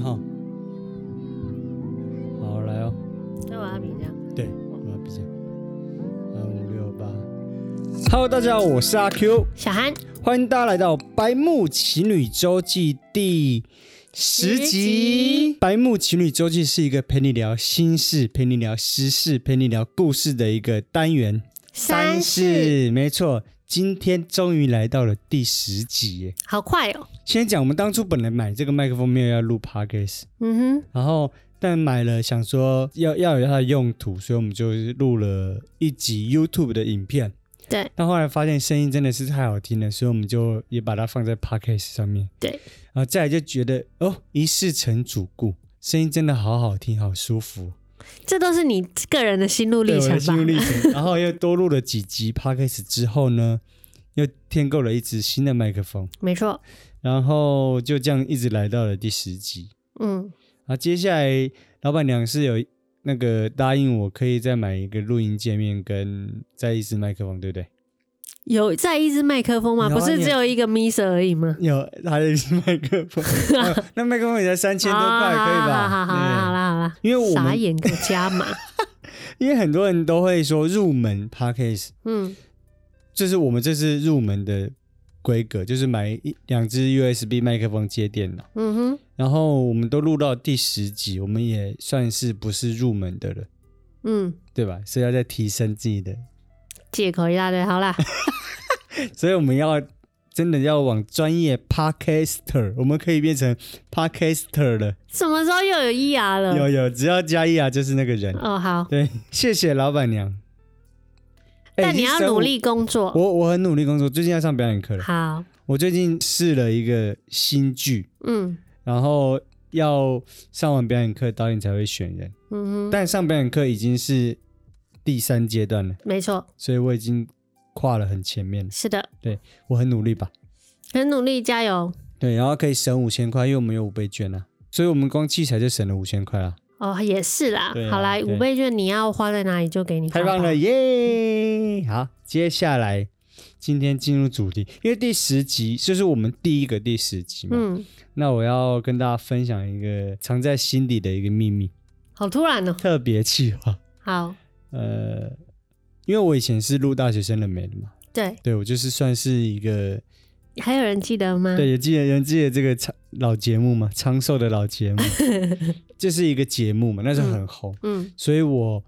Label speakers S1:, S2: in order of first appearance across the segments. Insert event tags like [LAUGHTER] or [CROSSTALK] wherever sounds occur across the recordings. S1: 哈。好，来哦，
S2: 那我要比这样。
S1: 对，我要比较。三五六八。Hello，大家好，我是阿 Q，
S2: 小韩，
S1: 欢迎大家来到《白木奇女周记》第十
S2: 十
S1: 集。
S2: 集
S1: 《白木奇女周记》是一个陪你聊心事、陪你聊时事、陪你聊故事的一个单元。
S2: 三世
S1: 事，没错。今天终于来到了第十集耶。
S2: 好快哦。
S1: 先讲，我们当初本来买这个麦克风没有要录 podcast，
S2: 嗯
S1: 然后但买了想说要要有它的用途，所以我们就录了一集 YouTube 的影片。
S2: 对，
S1: 但后来发现声音真的是太好听了，所以我们就也把它放在 podcast 上面。
S2: 对
S1: 然后再来就觉得哦，一世成主顾，声音真的好好听，好舒服。
S2: 哼，这都是你个人的心路
S1: 对
S2: 历
S1: 我
S2: 程
S1: 的心？
S2: 吧
S1: 路历程。然后又多录了几集 podcast 之后呢，又添购了一支新的麦克风，
S2: 没错，
S1: 然后就这样一直来到了第十集。
S2: 嗯，
S1: 啊，接下来老板娘是有那个答应我可以再买一个录音界面跟再一支麦克风，对不对？
S2: 有在一支麦克风吗？
S1: 有啊
S2: 不是
S1: 你
S2: 只有一个 miser 而已吗？
S1: 有，还有一支麦克 [LAUGHS] 风，哦那麦克风也才三千多块，
S2: 啊
S1: 可以吧？
S2: 好好好啦好
S1: 对
S2: 啦好啦，
S1: 因为我
S2: 傻
S1: 们
S2: 眼给我加码。
S1: 因为很多人都会说入门 podcast，
S2: [LAUGHS] 嗯，
S1: 就是我们这是入门的规格，就是买一两支 USB 麦克风接电脑。
S2: 嗯哼，
S1: 然后我们都录到第十集，我们也算是不是入门的了，
S2: 嗯，
S1: 对吧？所以要再提升自己的
S2: 借口一大堆，好啦，
S1: [LAUGHS] 所以我们要真的要往专业 podcaster，我们可以变成 podcaster 了。
S2: 什么时候又有 ER
S1: 有
S2: 了？
S1: 有，只要加一啊，就是那个人。
S2: 哦，好，
S1: 对，谢谢老板娘。哎
S2: 但你要努。
S1: 医
S2: 力工
S1: 生
S2: 作。
S1: 我我很努力工作，最近要上表演课了。
S2: 好，
S1: 我最近试了一个新剧，
S2: 嗯
S1: 然后要上完表演课，导演才会选人。
S2: 嗯哼，
S1: 但上表演课已经是第三阶段了，
S2: 没错，
S1: 所以我已经跨了很前面了。
S2: 是的，
S1: 我很努力吧？
S2: 很努力，加油。
S1: 对，然后可以省五千块，因为我们有五倍券啊，所以我们光器材就省了五千块啊，
S2: 哦，也是啦。
S1: 对啊
S2: 好啦，
S1: 对
S2: 五倍券你要花在哪里就给你花
S1: 太
S2: 吧。
S1: 棒了耶！好，接下来今天进入主题，因为第十集就是我们第一个第十集嘛，
S2: 嗯，
S1: 那我要跟大家分享一个藏在心底的一个秘密，
S2: 好突然哦。
S1: 特别计划。
S2: 好，
S1: 呃，因为我以前是录大学生了没的嘛，
S2: 对，
S1: 对我就是算是一个，
S2: 还有人记得吗？
S1: 对，也记得人记得这个长老节目嘛，长寿的老节目， [LAUGHS] 这是一个节目嘛，那时候很红。
S2: 嗯，
S1: 所以我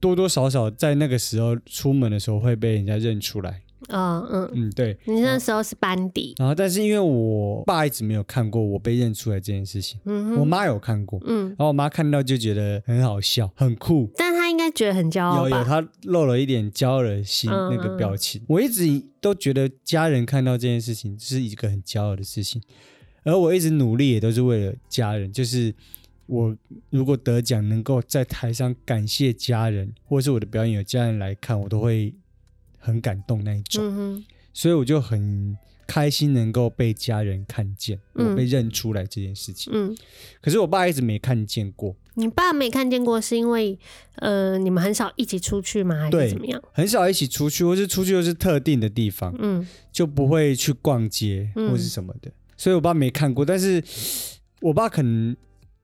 S1: 多多少少在那个时候出门的时候会被人家认出来。
S2: 哦，嗯，
S1: 嗯，对。
S2: 你那时候是班底。
S1: 然后，但是因为我爸一直没有看过我被认出来这件事情，
S2: 嗯
S1: 我
S2: 哼，
S1: 妈有看过，
S2: 嗯
S1: 然，后我妈看到就觉得很好笑，很酷。
S2: 但他应该觉得很骄傲
S1: 有有，
S2: 吧？
S1: 她露了一点骄傲的心，
S2: 哦嗯
S1: 那个表情。我一直都觉得家人看到这件事情是一个很骄傲的事情，而我一直努力也都是为了家人，就是我如果得奖，能够在台上感谢家人，或是我的表演有家人来看，我都会很感动那一种，
S2: 嗯
S1: 所以我就很开心能够被家人看见，
S2: 嗯
S1: 我被认出来这件事
S2: 哼，
S1: 情。
S2: 嗯，
S1: 可是我爸一直没看见过，
S2: 你爸没看见过，是因为呃，你们很少一起出去吗？还
S1: 对
S2: 是怎么样？
S1: 很少一起出去，或是出去又是特定的地方，
S2: 嗯
S1: 就不会去逛街
S2: 嗯
S1: 或是什么的。所以我爸没看过，但是我爸可能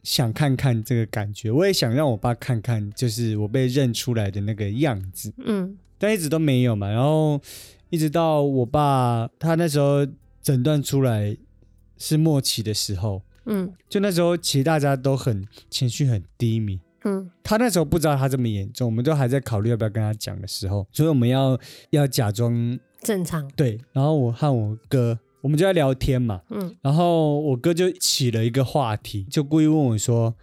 S1: 想看看这个感觉，我也想让我爸看看，就是我被认出来的那个样子，
S2: 嗯
S1: 但一直都没有嘛。然后一直到我爸他那时候诊断出来是末期的时候，
S2: 嗯
S1: 就那时候其实大家都很情绪很低迷，
S2: 嗯，
S1: 他那时候不知道他这么严重，我们都还在考虑要不要跟他讲的时候，所以我们要要假装
S2: 正常。
S1: 对。然后我和我哥，我们就在聊天嘛，
S2: 嗯
S1: 然后我哥就起了一个话题，就故意问我说：“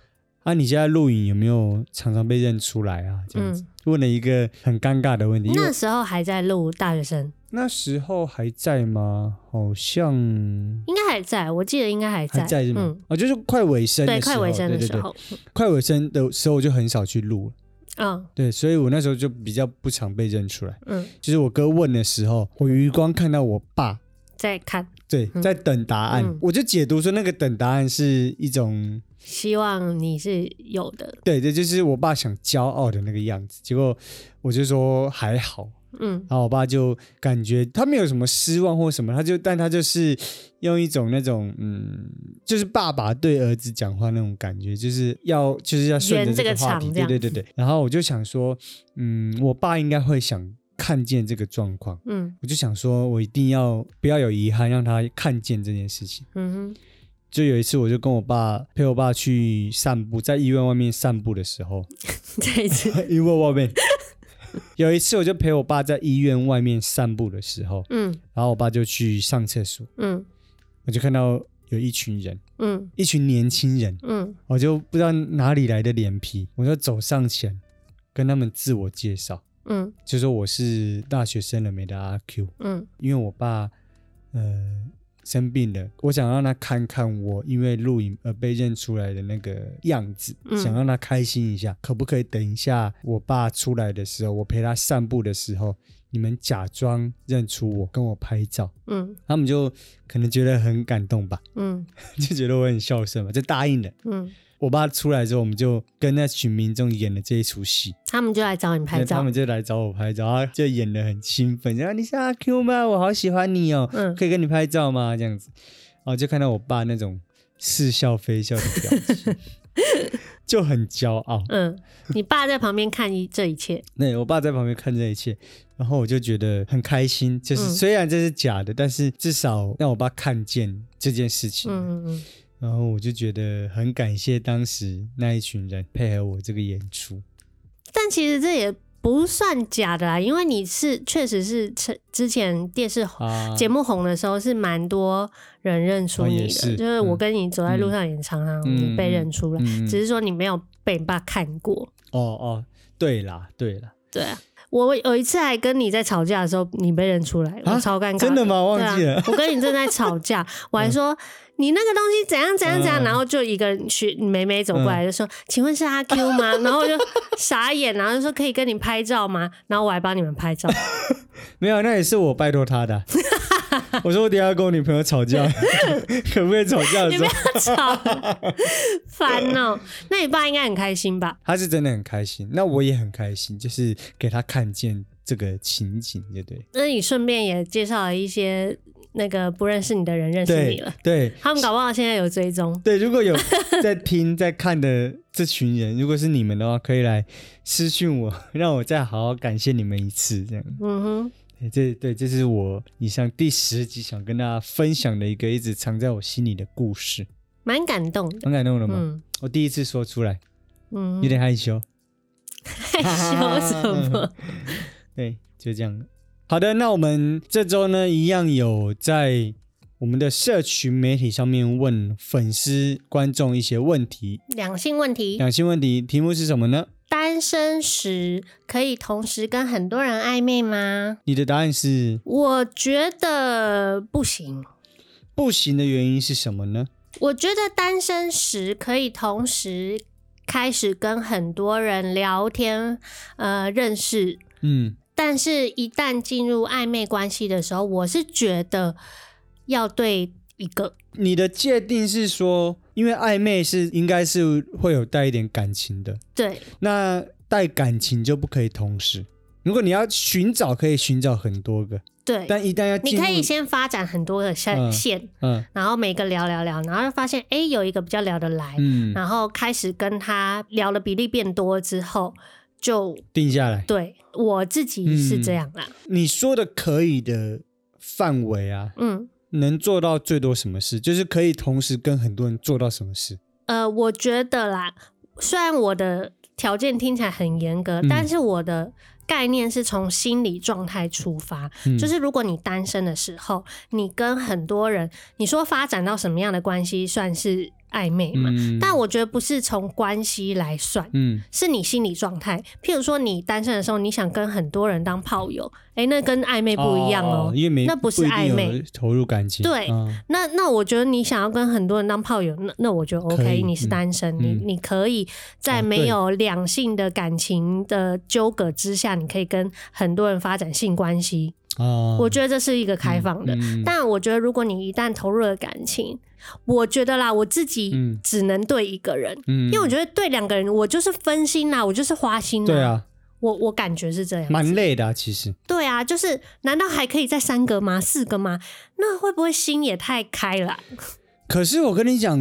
S1: 啊，你现在录影有没有常常被认出来啊？”这样子、
S2: 嗯，
S1: 问了一个很尴尬的问题，因
S2: 那
S1: 为
S2: 时候还在录大学生，
S1: 那时候还在吗？好像。
S2: 应该还在，我记得应该还在。
S1: 还在是吗？
S2: 嗯，
S1: 哦，就是快尾声的
S2: 对，
S1: 时候，
S2: 快尾声的
S1: 对
S2: 时
S1: 对
S2: 候。
S1: 对，快尾声的时候我就很少去录了，
S2: 嗯
S1: 对，所以我那时候就比较不常被认出来。
S2: 嗯，
S1: 就是我哥问的时候，我余光看到我爸
S2: 再看，
S1: 对
S2: 嗯
S1: 在等答案，
S2: 嗯
S1: 我就解读说那个等答案是一种
S2: 希望你是有的。
S1: 对对，就是我爸想骄傲的那个样子。结果我就说还好，
S2: 嗯
S1: 然后我爸就感觉他没有什么失望或什么，他就但他就是用一种那种嗯，就是爸爸对儿子讲话那种感觉，就是要就是要顺着
S2: 圆这个
S1: 个话题，
S2: 场这
S1: 对
S2: 样
S1: 对对对。然后我就想说，嗯，我爸应该会想看见这个状况，
S2: 嗯
S1: 我就想说我一定要不要有遗憾，让他看见这件事情。
S2: 嗯
S1: 就有一次，我就跟我爸陪我爸去散步，在医院外面散步的时候，
S2: 哼， [LAUGHS] 再一次，
S1: 医院外面 [LAUGHS] 有一次，我就陪我爸在医院外面散步的时候，
S2: 嗯
S1: 然后我爸就去上厕所，
S2: 嗯
S1: 我就看到有一群人，
S2: 嗯
S1: 一群年轻人，
S2: 嗯
S1: 我就不知道哪里来的脸皮，我就走上前跟他们自我介绍，
S2: 嗯
S1: 就说我是大学生了没的阿 Q，
S2: 嗯
S1: 因为我爸呃生病了，我想让他看看我因为录影而被认出来的那个样子，
S2: 嗯
S1: 想让他开心一下，可不可以等一下我爸出来的时候，我陪他散步的时候，你们假装认出我，跟我拍照。
S2: 嗯
S1: 他们就可能觉得很感动吧， [LAUGHS]
S2: 嗯
S1: 就觉得我很孝顺嘛，就答应了。
S2: 嗯，
S1: 我爸出来之后，我们就跟那群民众演了这一出戏，
S2: 他们就来找你拍
S1: 他
S2: 照
S1: 们，就来找我拍照，然后就演得很兴奋，然后你是阿 Q 吗？我好喜欢你哦，
S2: 嗯
S1: 可以跟你拍照吗？这样子，然后就看到我爸那种似笑非笑的表
S2: [LAUGHS]
S1: 情，就很骄傲。
S2: 嗯，你爸在旁边看一这一切，
S1: 那我爸在旁边看这一切，然后我就觉得很开心，就是、
S2: 嗯
S1: 虽然这是假的，但是至少让我爸看见这件事情。
S2: 嗯嗯嗯
S1: 然后我就觉得很感谢当时那一群人配合我这个演出。
S2: 但其实这也不算假的啦，因为你是确实是之之前电视红
S1: 啊，
S2: 节目红的时候是蛮多人认出
S1: 哦
S2: 你
S1: 也
S2: 的，
S1: 是
S2: 就是我跟你走在路上也常常
S1: 嗯
S2: 你被认出来，
S1: 嗯，
S2: 只是说你没有被你爸看过。
S1: 哦哦，对啦对啦，
S2: 对啊，我有一次还跟你在吵架的时候，你被认出来，
S1: 啊
S2: 我超尴尬。
S1: 真的吗？
S2: 对
S1: 忘
S2: 啊
S1: 记了，
S2: 我跟你正在
S1: [LAUGHS]
S2: 吵架，我还说你那个东西怎样怎样怎
S1: 嗯
S2: 样，然后就一个学妹妹走过来就说：“请问是阿 Q 吗？” [LAUGHS] 然后我就傻眼，然后就说：“可以跟你拍照吗？”然后我还帮你们
S1: [LAUGHS]
S2: 拍照，
S1: 没有，那也是我拜托他
S2: [LAUGHS]
S1: 的啊。我说我等一下要跟我女朋友吵架， [LAUGHS] 可不可以吵架的
S2: 你
S1: 时
S2: 不
S1: 候 [LAUGHS]
S2: 要，吵，烦哦。那你爸应该很开心吧？
S1: 他是真的很开心，那我也很开心，就是给他看见这个情景，对不对？
S2: 那你顺便也介绍了一些那个不认识你的人认识你
S1: 对
S2: 了，
S1: 对
S2: 他们搞不好现在有追踪。
S1: 对，如果有在听在看的这群人，如果是你们的话，可以来私信我，让我再好好感谢你们一次，这样。
S2: 嗯哼，
S1: 对这对，这是我以上第十集想跟大家分享的一个一直藏在我心里的故事，
S2: 蛮感动的。
S1: 很感动了吗？
S2: 嗯
S1: 我第一次说出来，
S2: 嗯
S1: 有， [LAUGHS] 点害羞。
S2: 害羞什么？
S1: [LAUGHS] 对，就这样。好的，那我们这周呢，一样有在我们的社群媒体上面问粉丝观众一些问题，
S2: 两性问题。
S1: 两性问题，题目是什么呢？
S2: 单身时可以同时跟很多人暧昧吗？
S1: 你的答案是
S2: 我觉得不行。
S1: 不行的原因是什么呢？
S2: 我觉得单身时可以同时开始跟很多人聊天，呃，认识。
S1: 嗯，
S2: 但是，一旦进入暧昧关系的时候，我是觉得要对一个，
S1: 你的界定是说，因为暧昧是应该是会有带一点感情的，
S2: 对
S1: 那带感情就不可以同时。如果你要寻找，可以寻找很多个，
S2: 对，
S1: 但一旦要进
S2: 你
S1: 入，
S2: 可以先发展很多的线
S1: 嗯
S2: 线，
S1: 嗯
S2: 然后每个聊聊聊，然后就发现，哎、有一个比较聊得来，
S1: 嗯
S2: 然后开始跟他聊的比例变多之后，就
S1: 定下来。
S2: 对我自己是
S1: 嗯
S2: 这样啦。
S1: 你说的可以的范围啊，
S2: 嗯
S1: 能做到最多什么事？就是可以同时跟很多人做到什么事？
S2: 呃，我觉得啦，虽然我的条件听起来很严格，
S1: 嗯
S2: 但是我的概念是从心理状态出发，
S1: 嗯
S2: 就是如果你单身的时候，你跟很多人，你说发展到什么样的关系算是暧昧嘛？
S1: 嗯
S2: 但我觉得不是从关系来算，
S1: 嗯
S2: 是你心理状态。譬如说，你单身的时候，你想跟很多人当炮友，哎、那跟暧昧不一样哦。
S1: 因为没
S2: 那不是
S1: 一定有
S2: 暧昧
S1: 投入感情。
S2: 对
S1: 嗯
S2: 那那我觉得你想要跟很多人当炮友，那那我觉得
S1: 可
S2: OK，
S1: 以
S2: 你是单身，你
S1: 嗯
S2: 你可以在
S1: 哦
S2: 没
S1: 对
S2: 有两性的感情的纠葛之下，你可以跟很多人发展性关系。
S1: 啊，
S2: 我觉得这是一个开放的。
S1: 嗯
S2: 但我觉得，如果你一旦投入了感情，我觉得啦，我自己
S1: 嗯
S2: 只能对一个人，
S1: 嗯
S2: 因为我觉得对两个人，我就是分心啦，我就是花心啦。
S1: 对啊，
S2: 我我感觉是这样。
S1: 蛮累的啊，其实。
S2: 对啊，就是难道还可以再三个吗？四个吗？那会不会心也太开了啊？
S1: 可是我跟你讲，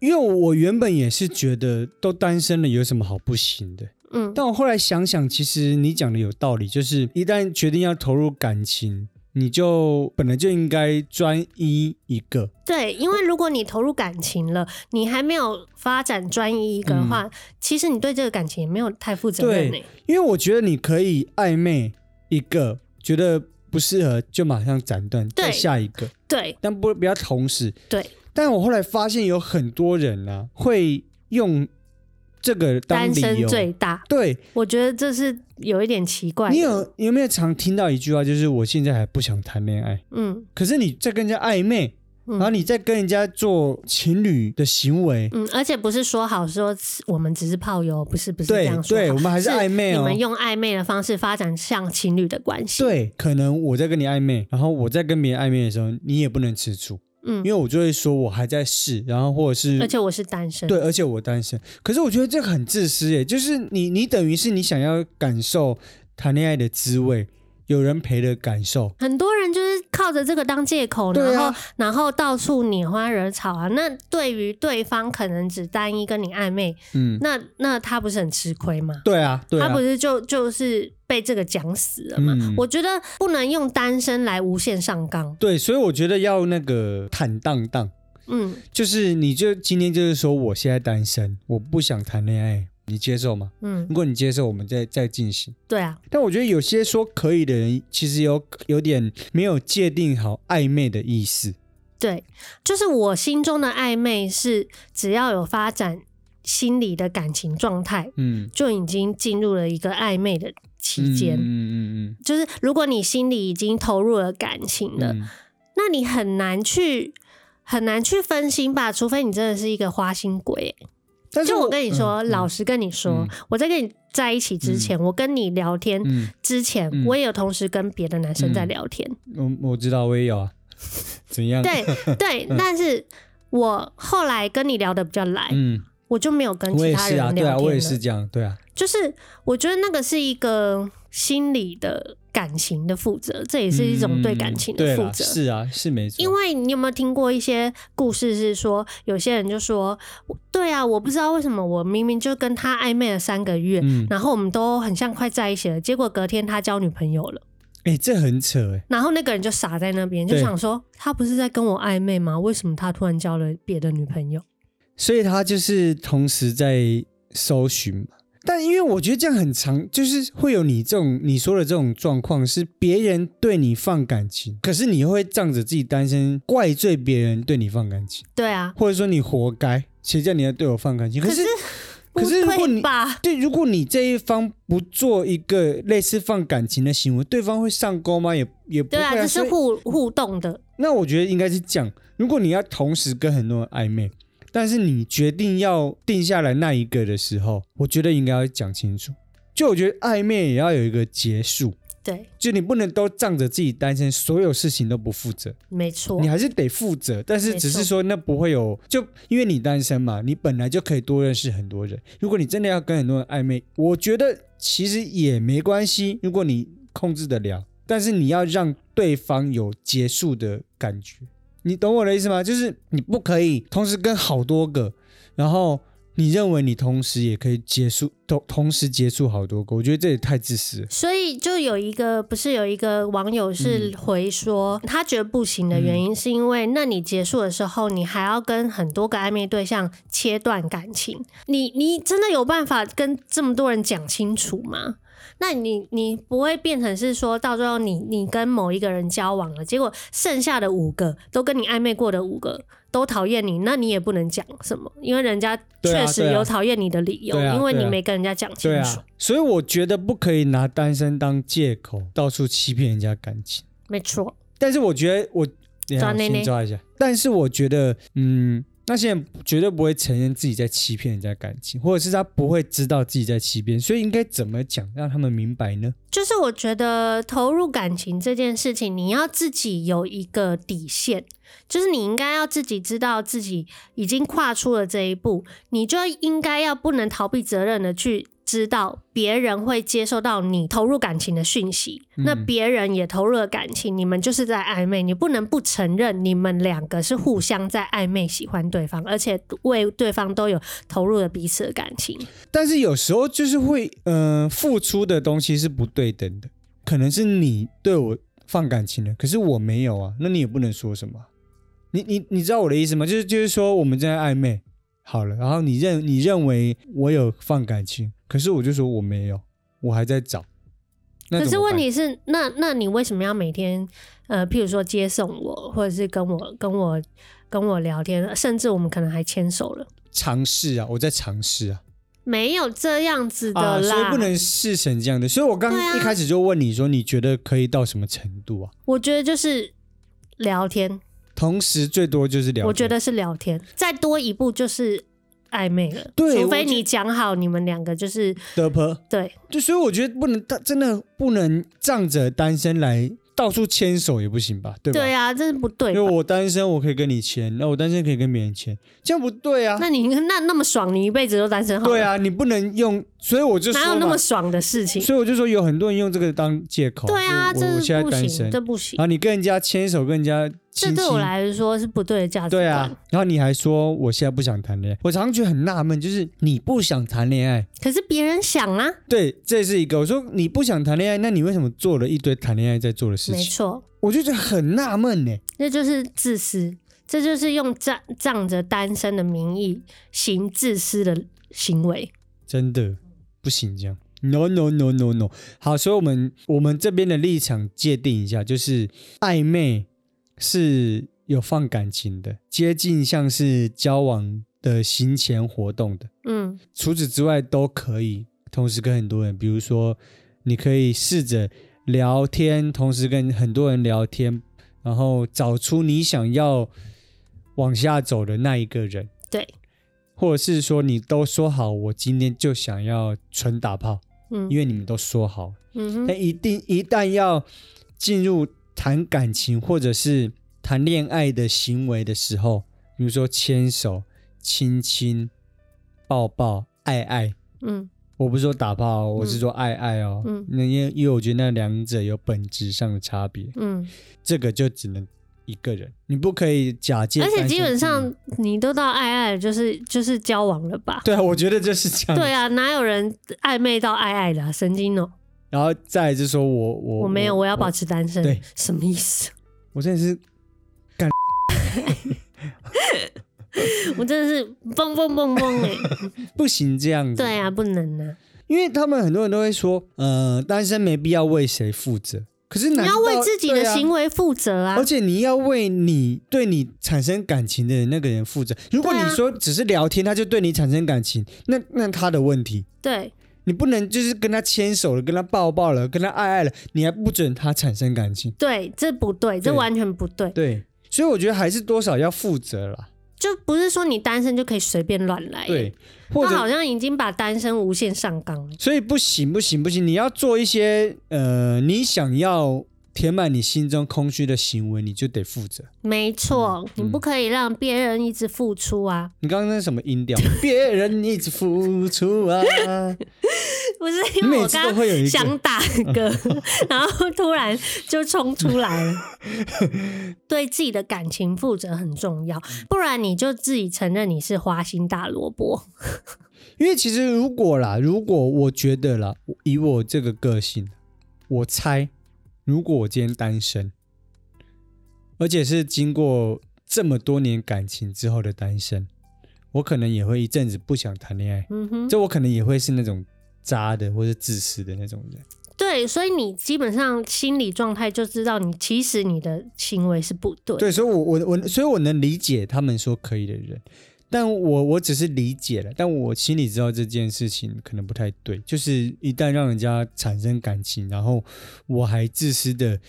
S1: 因为我原本也是觉得都单身了有什么好不行的，
S2: 嗯，
S1: 但我后来想想，其实你讲的有道理，就是一旦决定要投入感情，你就本来就应该专一一个。
S2: 对，因为如果你投入感情了，你还没有发展专一一个的话，其实你对这个感情也没有太负责任
S1: 嗯
S2: 呢、
S1: 对因为我觉得你可以暧昧一个，觉得不适合就马上斩断，
S2: 对
S1: 再下一个，
S2: 对
S1: 但不不要同时。
S2: 对，
S1: 但我后来发现有很多人呢、会用这个当
S2: 单
S1: 理
S2: 身
S1: 由。
S2: 最大，
S1: 对
S2: 我觉得这是有一点奇怪的。
S1: 你有有没有常听到一句话，就是我现在还不想谈恋爱，
S2: 嗯
S1: 可是你在跟人家暧昧，然后
S2: 嗯
S1: 你在跟人家做情侣的行为，
S2: 嗯，而且不是说好说我们只是炮友，不是不是这
S1: 对
S2: 样说好。
S1: 对，我们还是暧昧
S2: 你
S1: 哦
S2: 们。用暧昧的方式发展像情侣的关系。，
S1: 对，可能我在跟你暧昧，然后我在跟别人暧昧的时候，你也不能吃醋，
S2: 嗯
S1: 因，为我就会说我还在试，然后或者是
S2: 而且我是单身。
S1: 对，而且我单身。可是我觉得这个很自私耶，就是你你等于是你想要感受谈恋爱的滋味，有人陪的感受。
S2: 很多人就是靠着这个当借口，
S1: 对
S2: 然后、
S1: 啊
S2: 然后到处拈花惹草啊。那对于对方可能只单一跟你暧昧，
S1: 嗯，
S2: 那那他不是很吃亏吗？
S1: 对啊，对
S2: 他
S1: 啊
S2: 不，是就就是被这个讲死了吗？
S1: 嗯
S2: 我觉得不能用单身来无限上纲。
S1: 对，所以我觉得要那个坦荡荡，
S2: 嗯，
S1: 就是你就今天就是说我现在单身，我不想谈恋爱，你接受吗？
S2: 嗯
S1: 如，果你接受，我们再再进行。
S2: 对啊，
S1: 但我觉得有些说可以的人，其实有有点没有界定好暧昧的意思。
S2: 对，就是我心中的暧昧是只要有发展心理的感情状态，
S1: 嗯，
S2: 就已经进入了一个暧昧的期间。
S1: 嗯嗯嗯
S2: 就是如果你心里已经投入了感情
S1: 嗯
S2: 了，
S1: 嗯，
S2: 那你很难去很难去分心吧，除非你真的是一个花心鬼、欸
S1: 但是
S2: 就我跟你说，
S1: 嗯嗯
S2: 老实跟你说，
S1: 嗯
S2: 我在跟你在一起之前，我跟你聊天
S1: 嗯，
S2: 之前，
S1: 嗯
S2: 我也有同时跟别的男生在
S1: [LAUGHS]
S2: 聊天，
S1: 我我知道，我也有啊。 [LAUGHS] 怎样？，
S2: 对对，但是我后来跟你聊的比较来，
S1: 嗯，
S2: 我就没有跟
S1: 我
S2: 其
S1: 也
S2: 他
S1: 是
S2: 人
S1: 啊，
S2: 聊
S1: 对
S2: 天
S1: 啊，
S2: 了。
S1: 我也是这样，对啊，
S2: 就是我觉得那个是一个心理的感情的负责，这也是一种对感情
S1: 嗯
S2: 的
S1: 对
S2: 负
S1: 啦
S2: 责。
S1: 是啊，是没错，
S2: 因为你有没有听过一些故事？是说有些人就说，对啊，我不知道为什么我明明就跟他暧昧了三个月，
S1: 嗯，
S2: 然后我们都很像快在一起了，结果隔天他交女朋友了，
S1: 哎，这很扯哎，
S2: 然后那个人就傻在那边，就
S1: 对
S2: 想说他不是在跟我暧昧吗？为什么他突然交了别的女朋友？
S1: 所以他就是同时在搜寻嘛。但因为我觉得这样很长，就是会有你这种你说的这种状况，是别人对你放感情，可是你又会仗着自己单身怪罪别人对你放感情，
S2: 对啊，
S1: 或者说你活该，谁叫你要对我放感情？可是，可是
S2: 不
S1: 如果
S2: 对
S1: 你
S2: 吧？
S1: 对，如果你这一方不做一个类似放感情的行为，对方会上钩吗？也也不
S2: 对
S1: 会、
S2: 啊，这是
S1: 所以
S2: 互互动的，
S1: 那我觉得应该是这样：如果你要同时跟很多人暧昧，但是你决定要定下来那一个的时候，我觉得应该要讲清楚。就我觉得暧昧也要有一个结束，
S2: 对，
S1: 就你不能都仗着自己单身，所有事情都不负责，
S2: 没错
S1: 你。还是得负责。但是只
S2: 没
S1: 是
S2: 错
S1: 说那不会有，就因为你单身嘛，你本来就可以多认识很多人。如果你真的要跟很多人暧昧，我觉得其实也没关系，如果你控制得了，但是你要让对方有结束的感觉，你懂我的意思吗？就是你不可以同时跟好多个，然后。你认为你同时也可以结束同同时结束好多个，我觉得这也太自私了。
S2: 所以就有一个不是有一个网友
S1: 嗯
S2: 是回说，他觉得不行的原因是因为，那你结束的时候，你还要跟很多个暧昧对象切断感情，你你真的有办法跟这么多人讲清楚吗？那你你不会变成是说到最后你你跟某一个人交往了，结果剩下的五个都跟你暧昧过的五个都讨厌你，那你也不能讲什么，因为人家
S1: 对啊
S2: 确实
S1: 对啊
S2: 有讨厌你的理由，
S1: 对啊
S2: 因为
S1: 对
S2: 你
S1: 啊
S2: 没跟人家讲清
S1: 对
S2: 楚。
S1: 啊，所以我觉得不可以拿单身当借口，到处欺骗人家感情。
S2: 没错，
S1: 但是我觉得我，等一下
S2: 抓
S1: 我
S2: 内内
S1: 先抓一下。但是我觉得，嗯，那些人绝对不会承认自己在欺骗人家感情，或者是他不会知道自己在欺骗，所以应该怎么讲让他们明白呢？
S2: 就是我觉得投入感情这件事情，你要自己有一个底线，就是你应该要自己知道自己已经跨出了这一步，你就应该要不能逃避责任的去知道别人会接受到你投入感情的讯息，那
S1: 嗯
S2: 别人也投入了感情，你们就是在暧昧，你不能不承认你们两个是互相在暧昧喜欢对方，而且为对方都有投入了彼此的感情。
S1: 但是有时候就是会，呃，付出的东西是不对等的，可能是你对我放感情了，可是我没有啊，那你也不能说什么啊。你你你知道我的意思吗？就是就是说我们正在暧昧，好了，然后你认你认为我有放感情，可是我就说我没有，我还在找。那
S2: 可
S1: 怎
S2: 是
S1: 么
S2: 问
S1: 办
S2: 题是，那那你为什么要每天呃，譬如说接送我，或者是跟我跟我跟我聊天，甚至我们可能还牵手了，
S1: 尝试啊，我在尝试啊，
S2: 没有这样子
S1: 啊，
S2: 的
S1: 所以
S2: 啦。
S1: 不能试成这样的。所以我刚
S2: 对啊
S1: 一开始就问你说，你觉得可以到什么程度啊？
S2: 我觉得就是聊天，
S1: 同时最多就是聊天，
S2: 我觉得是聊天，再多一步就是暧昧了。
S1: 对
S2: 除非
S1: 我觉
S2: 你讲好你们两个就是
S1: 得坡。
S2: 对，
S1: 就所以我觉得不能，他真的不能仗着单身来到处牵手也不行吧，对吧？
S2: 对啊，这是不对
S1: 因
S2: 吧
S1: 为。我单身，我可以跟你牵，那我单身可以跟别人牵，这样不对啊。
S2: 那你那那么爽，你一辈子都单身好了？
S1: 对，啊，你不能用，所以我就说
S2: 哪有那
S1: 嘛
S2: 么爽的事情？
S1: 所以我就说有很多人用这个当借口。
S2: 对啊，
S1: 哦就我我现
S2: 这
S1: 在
S2: 不
S1: 单
S2: 行，
S1: 身，啊
S2: 这不行
S1: 然，后你跟人家牵手，跟人家亲
S2: 这
S1: 亲，
S2: 对我来说是不对的价值观。
S1: 对啊，然后你还说我现在不想谈恋爱，我常常觉得很纳闷，就是你不想谈恋爱，
S2: 可是别人想啊，
S1: 对，这是一个。我说你不想谈恋爱，那你为什么做了一堆谈恋爱在做的事
S2: 没
S1: 情？
S2: 错，
S1: 我就觉得很纳闷呢。
S2: 这就是自私，这就是用仗仗着单身的名义行自私的行为。
S1: 真的不行这样。No no no no no。好，所以我们我们这边的立场界定一下，就是暧昧是有放感情的，接近像是交往的行前活动的。
S2: 嗯，
S1: 除此之外都可以同时跟很多人，比如说你可以试着聊天，同时跟很多人聊天，然后找出你想要往下走的那一个人。
S2: 对，
S1: 或者是说你都说好，我今天就想要纯打炮，
S2: 嗯
S1: 因为你们都说好。
S2: 嗯哼，
S1: 但一定一旦要进入谈感情或者是谈恋爱的行为的时候，比如说牵手、亲亲、抱抱、爱爱，
S2: 嗯，
S1: 我不是说打炮哦，我是说爱爱哦。
S2: 嗯
S1: 那因为因为我觉得那两者有本质上的差别，
S2: 嗯，
S1: 这个就只能一个人，你不可以假借
S2: 而
S1: 单身之名。
S2: 且基本上你都到爱爱了，就是就是交往了吧？
S1: 对啊，我觉得就是这样。
S2: 对啊，哪有人暧昧到爱爱的啊、神经哦、
S1: 然后再来就是说我我
S2: 我没有，我要保持单身
S1: 对，
S2: 什么意思？ [LAUGHS]
S1: 我真的是
S2: 我真的是蹦蹦蹦
S1: [LAUGHS]
S2: 蹦哎！
S1: 不行这样子。
S2: 对啊，不能啊！
S1: 因为他们很多人都会说，呃，单身没必要为谁负责，可是你
S2: 你要为自己的行
S1: 为、
S2: 为负责啊
S1: 啊而！且你要为你对你产生感情的人那个人负责。如果
S2: 对
S1: 你
S2: 啊
S1: 说只是聊天，他就对你产生感情，那那他的问题，
S2: 对，
S1: 你不能就是跟他牵手了，跟他抱抱了，跟他爱爱了，你还不准他产生感情，
S2: 对，这不对，
S1: 对
S2: 这完全不对。
S1: 对。所以我觉得还是多少要负责啦，
S2: 就不是说你单身就可以随便乱来。
S1: 对，，或
S2: 他
S1: 者
S2: 好像已经把单身无限上纲了。
S1: 所以不行不行不行，你要做一些呃，你想要填满你心中空虚的行为，你就得负责。
S2: 没错，
S1: 嗯
S2: 你不可以让别人一直付出啊！
S1: 你刚刚那是什么音调？别人一直付出啊！
S2: [LAUGHS] 不是
S1: 你
S2: 因为
S1: 每
S2: 我
S1: 次
S2: 刚
S1: 都
S2: 刚
S1: 会有一个
S2: 想
S1: [LAUGHS]
S2: 打嗝，然后突然就冲出来了。对自己的感情负责很重要，
S1: 嗯
S2: 不然你就自己承认你是花心大萝卜。
S1: 因为其实如果啦，如果我觉得啦，以我这个个性，我猜，如果我今天单身，而且是经过这么多年感情之后的单身，我可能也会一阵子不想谈恋爱。
S2: 嗯哼，
S1: 这我可能也会是那种渣的或者自私的那种人。
S2: 对，所以你基本上心理状态就知道你其实你的行为是不对。
S1: 对，所以我我我，所以我能理解他们说可以的人，但我我只是理解了，但我心里知道这件事情可能不太对，就是一旦让人家产生感情，然后我还自私的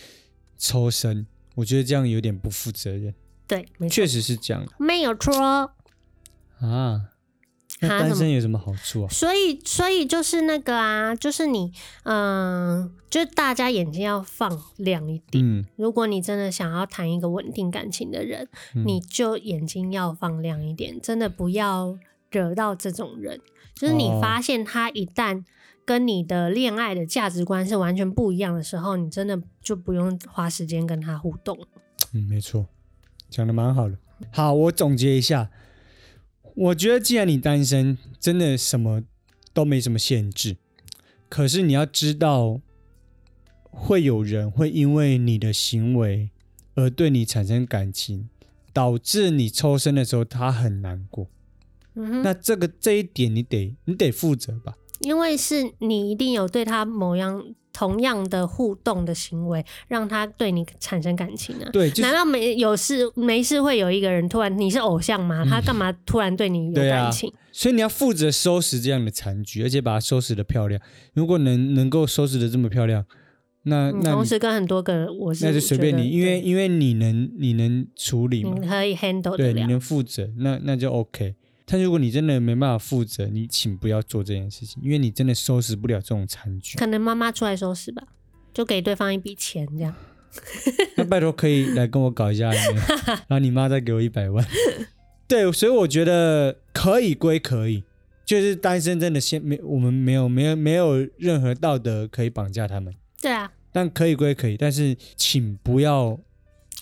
S1: 抽身，我觉得这样有点不负责任，
S2: 对，没错，
S1: 确实是这样
S2: 没有错。哦
S1: 的啊。那
S2: 哈
S1: 单
S2: 什么
S1: 身有什么好处啊？
S2: 所以，所以就是那个啊，就是你，嗯、就是大家眼睛要放亮一点。
S1: 嗯，
S2: 如果你真的想要谈一个稳定感情的人，
S1: 嗯
S2: 你就眼睛要放亮一点，真的不要惹到这种人，就是你
S1: 哦
S2: 发现他一旦跟你的恋爱的价值观是完全不一样的时候，你真的就不用花时间跟他互动。
S1: 嗯，没错，讲的蛮好的。好，我总结一下，我觉得既然你单身，真的什么都没什么限制，可是你要知道，会有人会因为你的行为而对你产生感情，导致你抽身的时候他很难过。
S2: 嗯哼，
S1: 那这个这一点你得你得负责吧？
S2: 因为是你一定有对他某样同样的互动的行为，让他对你产生感情啊。
S1: 对，就是
S2: 难道没有事没事会有一个人突然你是偶像吗？他干嘛突然对你有
S1: 嗯对啊
S2: 感情？
S1: 所以你要负责收拾这样的残局，而且把它收拾的漂亮。如果能能够收拾的这么漂亮，那
S2: 嗯
S1: 那
S2: 同
S1: 你
S2: 时跟很多个人，我是
S1: 那就随便
S2: 觉
S1: 你，
S2: 得
S1: 因为
S2: 对嗯
S1: 因为你能你能处理嘛
S2: 你，可以 handle 得
S1: 对，你
S2: 了。
S1: 能负责，那那就 OK。但如果你真的没办法负责，你请不要做这件事情，因为你真的收拾不了这种残
S2: [LAUGHS]
S1: 局。
S2: 可能妈妈出来收拾吧，就给对方一笔钱这样。
S1: 那拜托可以来跟我搞一下
S2: [LAUGHS]
S1: 有没有，然后你妈再给我一百万。对，所以我觉得可以归可以，就是单身真的先没，我们没有没有没有任何道德可以绑架他们，
S2: 对啊，
S1: 但可以归可以，但是请不要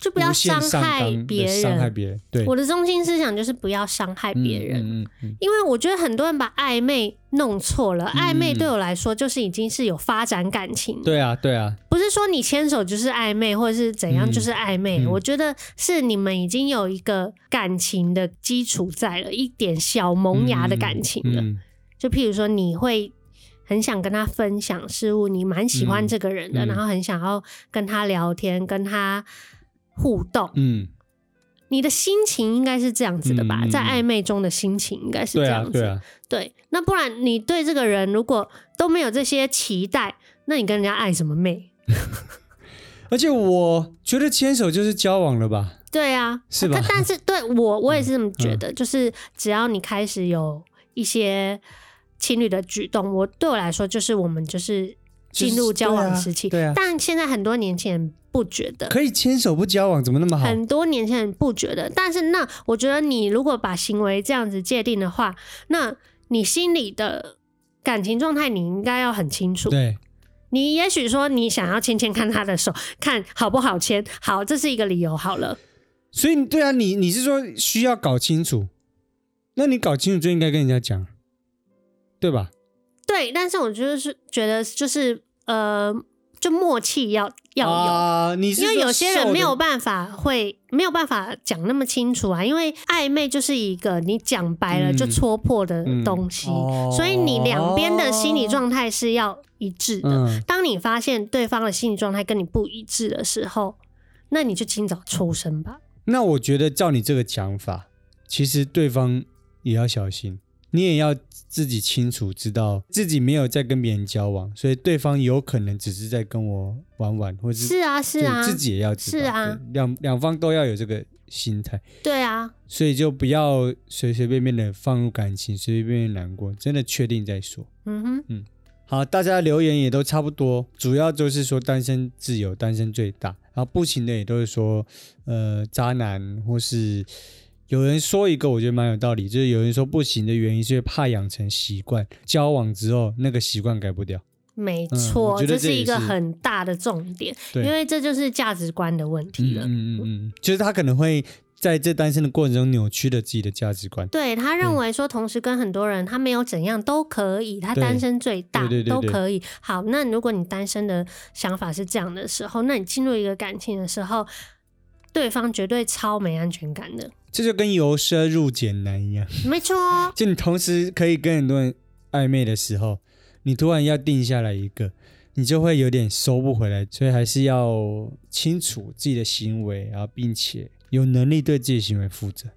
S2: 就不要
S1: 无限
S2: 伤
S1: 上
S2: 害
S1: 纲
S2: 别
S1: 地伤害
S2: 人。
S1: 别人。对，
S2: 我的中心思想就是不要伤害别人。
S1: 嗯嗯嗯
S2: 因为我觉得很多人把暧昧弄错了，暧昧对我来说就是已经是有发展感情
S1: 嗯，对啊对啊，
S2: 不是说你牵手就是暧昧，或者是怎样
S1: 嗯
S2: 就是暧
S1: 嗯
S2: 昧。我觉得是你们已经有一个感情的基础在了，一点小萌芽的感情了。
S1: 嗯
S2: 就譬如说，你会很想跟他分享事物，你蛮喜欢这个人
S1: 嗯
S2: 的，
S1: 嗯
S2: 然后很想要跟他聊天，跟他互动。
S1: 嗯，
S2: 你的心情应该是这样子的吧？
S1: 嗯嗯嗯
S2: 在暧昧中的心情应该是这
S1: 对
S2: 样
S1: 啊
S2: 子。
S1: 对啊，
S2: 对，那不然你对这个人如果都没有这些期待，那你跟人家爱什么媚？
S1: 而且我觉得牵手就是交往了吧？
S2: 对啊，
S1: 是吧嗯
S2: 但但是对我我也是这么觉得，就是只要你开始有一些情侣的举动，我对我来说就是我们就是
S1: 就是
S2: 进入交往时期。
S1: 对啊对啊啊
S2: 但现在很多年轻人不觉得。
S1: 可以牵手不交往，怎么那么好？
S2: 很多年轻人不觉得，但是那我觉得你如果把行为这样子界定的话，那你心里的感情状态你应该要很清楚。
S1: 对，
S2: 你也许说你想要牵牵看他的手，看好不好牵，好，这是一个理由好了。
S1: 所以对啊，你你是说需要搞清楚？那你搞清楚就应该跟人家讲，对吧？
S2: 对，但是我就是觉得就是呃，就默契要要有。
S1: 啊，你是
S2: 因为
S1: 说
S2: 有些人
S1: 瘦的
S2: 没有办法会没有办法讲那么清楚啊，因为暧昧就是一个你讲白了就
S1: 嗯
S2: 戳破的
S1: 嗯
S2: 东西，
S1: 哦
S2: 所以你两边的心理状态是要一致的。
S1: 嗯，
S2: 当你发现对方的心理状态跟你不一致的时候，那你就尽早抽身吧。
S1: 那我觉得照你这个讲法，其实对方也要小心，你也要自己清楚知道自己没有在跟别人交往，所以对方有可能只是在跟我玩玩，或者
S2: 是啊，是啊，
S1: 自己也要知道，
S2: 是啊
S1: 对，两两方都要有这个心态，
S2: 对啊，
S1: 所以就不要随随便便的放入感情，随随便便地难过，真的确定再说。
S2: 嗯哼，
S1: 好，大家留言也都差不多，主要就是说单身自由，单身最大，然后不行的也都是说，呃，渣男或是有人说一个我觉得蛮有道理，就是有人说不行的原因是因为怕养成习惯，交往之后那个习惯改不掉。
S2: 没
S1: 嗯
S2: 错，
S1: 我觉得
S2: 这
S1: 这
S2: 是一
S1: 也
S2: 个
S1: 是
S2: 很大的重点，因
S1: 对
S2: 为这就是价值观的问题
S1: 嗯
S2: 了。
S1: 嗯嗯嗯，就是他可能会在这单身的过程中扭曲了自己的价值观。
S2: 对他认为说，同时跟很多人，他没有怎样都可以，他
S1: 对
S2: 单身最大
S1: 对对对
S2: 都
S1: 对
S2: 可以。好，那如果你单身的想法是这样的时候，那你进入一个感情的时候，对方绝对超没安全感的，
S1: 这就跟由奢入俭难一样，
S2: 没错哦。
S1: 就你同时可以跟很多人暧昧的时候，你突然要定下来一个，你就会有点收不回来，所以还是要清楚自己的行为，然后并且有能力对自己的行为负责，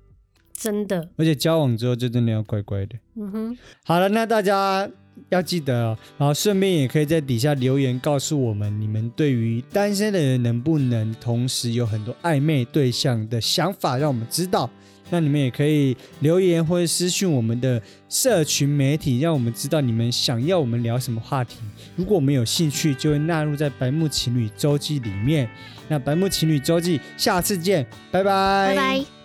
S2: 真的，
S1: 而且交往之后就真的要乖乖的。
S2: 嗯哼，
S1: 好了，那大家要记得哦，然后顺便也可以在底下留言告诉我们，你们对于单身的人能不能同时有很多暧昧对象的想法，让我们知道。那你们也可以留言或者私讯我们的社群媒体，让我们知道你们想要我们聊什么话题。如果我们有兴趣，就会纳入在白木情侣周记里面。那白木情侣周记，下次见，拜拜，
S2: 拜拜。